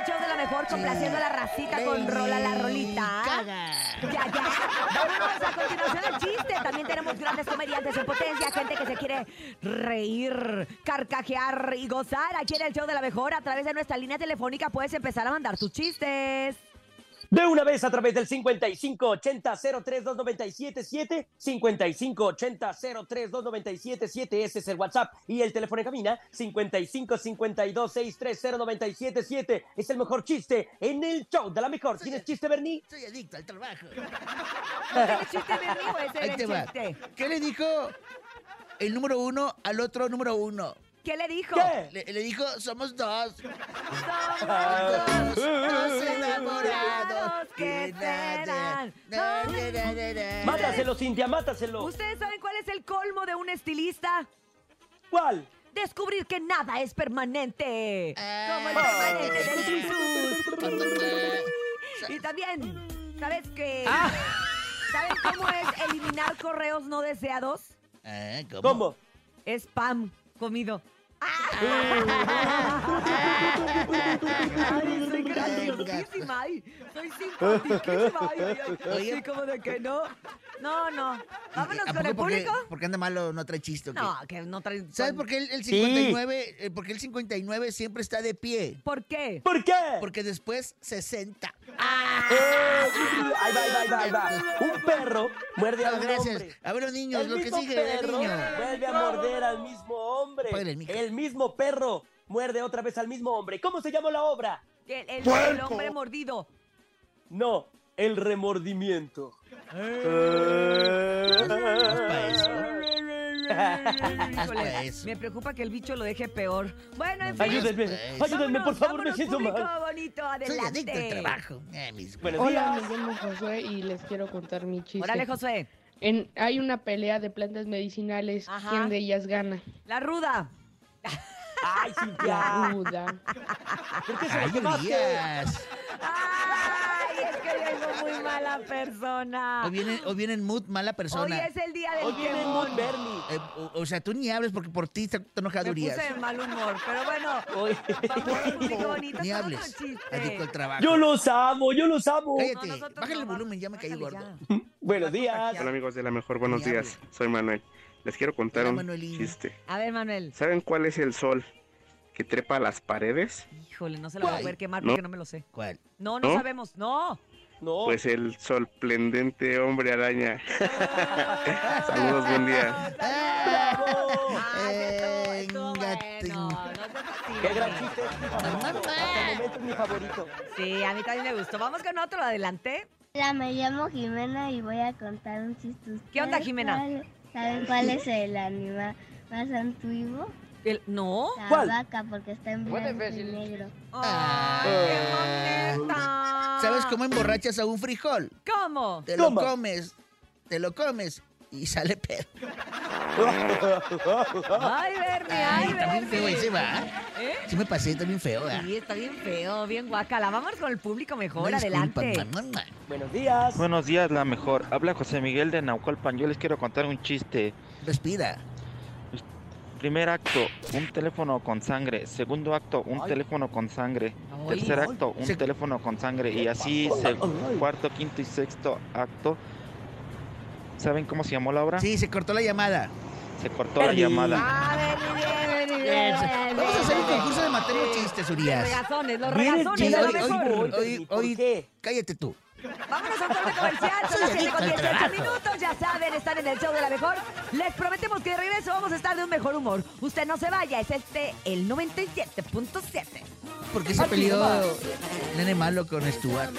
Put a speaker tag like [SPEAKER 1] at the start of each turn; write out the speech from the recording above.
[SPEAKER 1] estamos complaciendo a la racita con rola la rolita. Ya, ya. Vámonos a continuación el chiste. También tenemos grandes comediantes en potencia, gente que se quiere reír, carcajear y gozar. Aquí en el show de la mejor, a través de nuestra línea telefónica puedes empezar a mandar tus chistes.
[SPEAKER 2] De una vez a través del 5580-032977, 5580-032977, ese es el WhatsApp y el teléfono en cabina, 5552-630977, es el mejor chiste en el show de la mejor. ¿Tienes chiste, Bernie?
[SPEAKER 3] Soy adicto al trabajo.
[SPEAKER 1] ¿Tienes chiste, Bernie, o ese
[SPEAKER 3] Ahí
[SPEAKER 1] era el
[SPEAKER 3] te va.
[SPEAKER 1] chiste?
[SPEAKER 3] ¿Qué le dijo el número uno al otro número uno?
[SPEAKER 1] ¿Qué le dijo?
[SPEAKER 2] ¿Qué?
[SPEAKER 3] Le, le dijo, somos dos.
[SPEAKER 1] Somos
[SPEAKER 3] Dos
[SPEAKER 1] dos
[SPEAKER 3] enamorados.
[SPEAKER 1] que serán.
[SPEAKER 3] Na, na, na, na, na.
[SPEAKER 2] Mátaselo, Cintia, mátaselo.
[SPEAKER 1] ¿Ustedes saben cuál es el colmo de un estilista?
[SPEAKER 2] ¿Cuál?
[SPEAKER 1] Descubrir que nada es permanente.
[SPEAKER 3] Ah.
[SPEAKER 1] Como el permanente del
[SPEAKER 3] Pa, pa,
[SPEAKER 1] Jesús.
[SPEAKER 3] pa.
[SPEAKER 1] Y también, ¿sabes qué?
[SPEAKER 3] Ah.
[SPEAKER 1] ¿Saben cómo es eliminar correos no deseados?
[SPEAKER 3] Ah, ¿Cómo?
[SPEAKER 2] ¿Cómo?
[SPEAKER 1] Spam comido. Ay, soy graciosísima, ay, soy simpaticísima, ay, ay, ay.
[SPEAKER 3] Oye.
[SPEAKER 1] Así como de que no. No, no. Vámonos con
[SPEAKER 3] ¿A poco
[SPEAKER 1] el
[SPEAKER 3] porque-
[SPEAKER 1] público.
[SPEAKER 3] Porque anda malo, no trae chiste. o qué?
[SPEAKER 1] No, que no traen.
[SPEAKER 3] ¿Sabes
[SPEAKER 1] son-
[SPEAKER 3] por qué el, el 59? eh, porque el 59 siempre está de pie.
[SPEAKER 1] ¿Por qué?
[SPEAKER 2] ¿Por qué?
[SPEAKER 3] Porque después 60.
[SPEAKER 2] Eh, ahí va, ahí va, ahí va, ahí va. Un perro muerde a
[SPEAKER 3] Ah,
[SPEAKER 2] un
[SPEAKER 3] gracias.
[SPEAKER 2] hombre.
[SPEAKER 3] A ver, los niños,
[SPEAKER 2] el
[SPEAKER 3] lo que
[SPEAKER 2] mismo
[SPEAKER 3] sigue,
[SPEAKER 2] perro
[SPEAKER 3] niño.
[SPEAKER 2] vuelve a morder al mismo hombre.
[SPEAKER 3] Apágale el micro.
[SPEAKER 2] El mismo perro muerde otra vez al mismo hombre. ¿Cómo se llamó la obra?
[SPEAKER 1] El, el-
[SPEAKER 2] Puerco.
[SPEAKER 1] el hombre mordido.
[SPEAKER 2] No, el remordimiento.
[SPEAKER 3] pa' eso.
[SPEAKER 1] Híjole,
[SPEAKER 3] pa' eso.
[SPEAKER 1] me preocupa que el bicho lo deje peor. Bueno, en fin.
[SPEAKER 2] Ayúdenme,
[SPEAKER 3] Pues.
[SPEAKER 2] ayúdenme,
[SPEAKER 1] Vámonos,
[SPEAKER 2] por favor, me
[SPEAKER 1] vámonos,
[SPEAKER 2] siento
[SPEAKER 1] público
[SPEAKER 2] mal.
[SPEAKER 1] bonito,
[SPEAKER 3] Soy
[SPEAKER 1] adelante.
[SPEAKER 3] adicto al trabajo. Eh, mis-
[SPEAKER 2] Buenos
[SPEAKER 4] Hola,
[SPEAKER 2] días.
[SPEAKER 4] me llamo Josué y les quiero contar mi chiste.
[SPEAKER 1] Órale, José.
[SPEAKER 4] En- hay una pelea de plantas medicinales.
[SPEAKER 1] Ajá.
[SPEAKER 4] ¿Quién de ellas gana?
[SPEAKER 1] La ruda.
[SPEAKER 2] Ay,
[SPEAKER 4] La
[SPEAKER 2] Cintia.
[SPEAKER 4] ruda.
[SPEAKER 2] ¿Por qué se
[SPEAKER 3] Ay,
[SPEAKER 2] lo tomaste?
[SPEAKER 3] Elías.
[SPEAKER 1] Ay, es que vengo muy mala persona.
[SPEAKER 3] Hoy viene, hoy viene en mood mala persona.
[SPEAKER 1] Hoy es el día del
[SPEAKER 2] Hoy viene el
[SPEAKER 1] quemón.
[SPEAKER 2] Mood Bernie.
[SPEAKER 3] Eh, o, o sea, tú ni hables porque por ti te, te
[SPEAKER 1] Me
[SPEAKER 3] enojadurías.
[SPEAKER 1] puse de mal humor, pero bueno.
[SPEAKER 2] Hoy-
[SPEAKER 1] Vamos, público bonito,
[SPEAKER 3] Ni
[SPEAKER 1] todos
[SPEAKER 3] hables.
[SPEAKER 1] con chiste.
[SPEAKER 3] Adicto al trabajo.
[SPEAKER 2] Yo los amo, yo los amo.
[SPEAKER 3] Cállate.
[SPEAKER 1] nosotros
[SPEAKER 3] Bájale el
[SPEAKER 1] vamos.
[SPEAKER 3] volumen, ya me caí
[SPEAKER 1] Bájale
[SPEAKER 3] gordo.
[SPEAKER 1] ya.
[SPEAKER 2] Buenos días.
[SPEAKER 5] Hola amigos de la mejor, buenos
[SPEAKER 3] Diablo.
[SPEAKER 5] días. Soy Manuel. Les quiero contar
[SPEAKER 3] Hola,
[SPEAKER 5] un
[SPEAKER 3] Manuelín.
[SPEAKER 5] chiste.
[SPEAKER 1] A ver, Manuel.
[SPEAKER 5] ¿Saben cuál es el sol que trepa a las paredes?
[SPEAKER 1] Híjole, no se lo voy a
[SPEAKER 3] Ay.
[SPEAKER 1] poder quemar
[SPEAKER 5] No.
[SPEAKER 1] porque no me lo sé.
[SPEAKER 3] ¿Cuál?
[SPEAKER 1] No, no,
[SPEAKER 5] ¿No?
[SPEAKER 1] sabemos. No.
[SPEAKER 2] No.
[SPEAKER 5] Pues el sorprendente hombre araña. Saludos, buen día.
[SPEAKER 3] Ah,
[SPEAKER 2] ¡Bravo!
[SPEAKER 1] Ah,
[SPEAKER 3] Eh,
[SPEAKER 1] estuvo- estuvo
[SPEAKER 3] gato.
[SPEAKER 1] bueno. No seas así,
[SPEAKER 2] ¡Qué gran
[SPEAKER 1] hombre.
[SPEAKER 2] chiste! Hasta
[SPEAKER 3] eh.
[SPEAKER 2] el momento es mi favorito.
[SPEAKER 1] Sí, a mí también me gustó. Vamos con otro, adelante.
[SPEAKER 6] Hola, me llamo Jimena y voy a contar un chiste. ¿Ustedes
[SPEAKER 1] ¿Qué onda, Jimena?
[SPEAKER 6] cuál- ¿Saben cuál es el animal más antiguo?
[SPEAKER 1] El- no.
[SPEAKER 6] La
[SPEAKER 2] ¿Cuál?
[SPEAKER 6] vaca, porque está en blanco y negro.
[SPEAKER 1] Ay, qué bonita.
[SPEAKER 3] Ah. ¿Sabes cómo emborrachas a un frijol?
[SPEAKER 1] ¿Cómo?
[SPEAKER 3] Te lo
[SPEAKER 2] ¿Cómo?
[SPEAKER 3] comes, te lo comes y sale pedo.
[SPEAKER 1] Ay, Bernie, ay,
[SPEAKER 3] Ah, está bien feo
[SPEAKER 1] Bernie.
[SPEAKER 3] ese, va.
[SPEAKER 1] ¿Eh?
[SPEAKER 3] Sí me pasé, está bien feo, ¿verdad?
[SPEAKER 1] Sí, está bien feo, bien guacala. Vamos con el público mejor,
[SPEAKER 3] Una disculpa,
[SPEAKER 1] adelante.
[SPEAKER 3] mua, mua, mua.
[SPEAKER 2] Buenos días.
[SPEAKER 7] Buenos días, la mejor. Habla José Miguel de Naucalpan. Yo les quiero contar un chiste.
[SPEAKER 3] Respira.
[SPEAKER 7] Primer acto, un teléfono con sangre. Segundo acto, un
[SPEAKER 2] Ay.
[SPEAKER 7] teléfono con sangre.
[SPEAKER 1] Ay,
[SPEAKER 7] Tercer acto, un
[SPEAKER 3] Se-
[SPEAKER 7] teléfono con sangre. Y así,
[SPEAKER 2] pasó?
[SPEAKER 7] se-
[SPEAKER 2] Ay.
[SPEAKER 7] cuarto, quinto y sexto acto. ¿Saben cómo se llamó la obra?
[SPEAKER 3] Sí, se cortó la llamada.
[SPEAKER 7] Se cortó la llamada.
[SPEAKER 1] Ah, Bernie, bien, Bernie, bien.
[SPEAKER 3] Vamos a hacer un concurso de materia de
[SPEAKER 1] Los
[SPEAKER 3] chistes, Urias.
[SPEAKER 1] regazones, los
[SPEAKER 2] Miren,
[SPEAKER 1] regazones,
[SPEAKER 3] mira,
[SPEAKER 1] a lo
[SPEAKER 3] hoy-
[SPEAKER 1] mejor.
[SPEAKER 3] hoy-
[SPEAKER 2] ¿Por
[SPEAKER 3] hoy-
[SPEAKER 2] qué?
[SPEAKER 3] Cállate tú.
[SPEAKER 1] Vámonos a un corte comercial, son
[SPEAKER 3] Soy
[SPEAKER 1] las 7
[SPEAKER 3] adicto
[SPEAKER 1] con
[SPEAKER 3] al
[SPEAKER 1] 18
[SPEAKER 3] trabajo.
[SPEAKER 1] minutos, ya saben, están en el show de la mejor. Les prometemos que de regreso vamos a estar de un mejor humor. Usted no se vaya, es este el 97.7.
[SPEAKER 3] ¿Por qué se peleó Nene Malo con Stuart?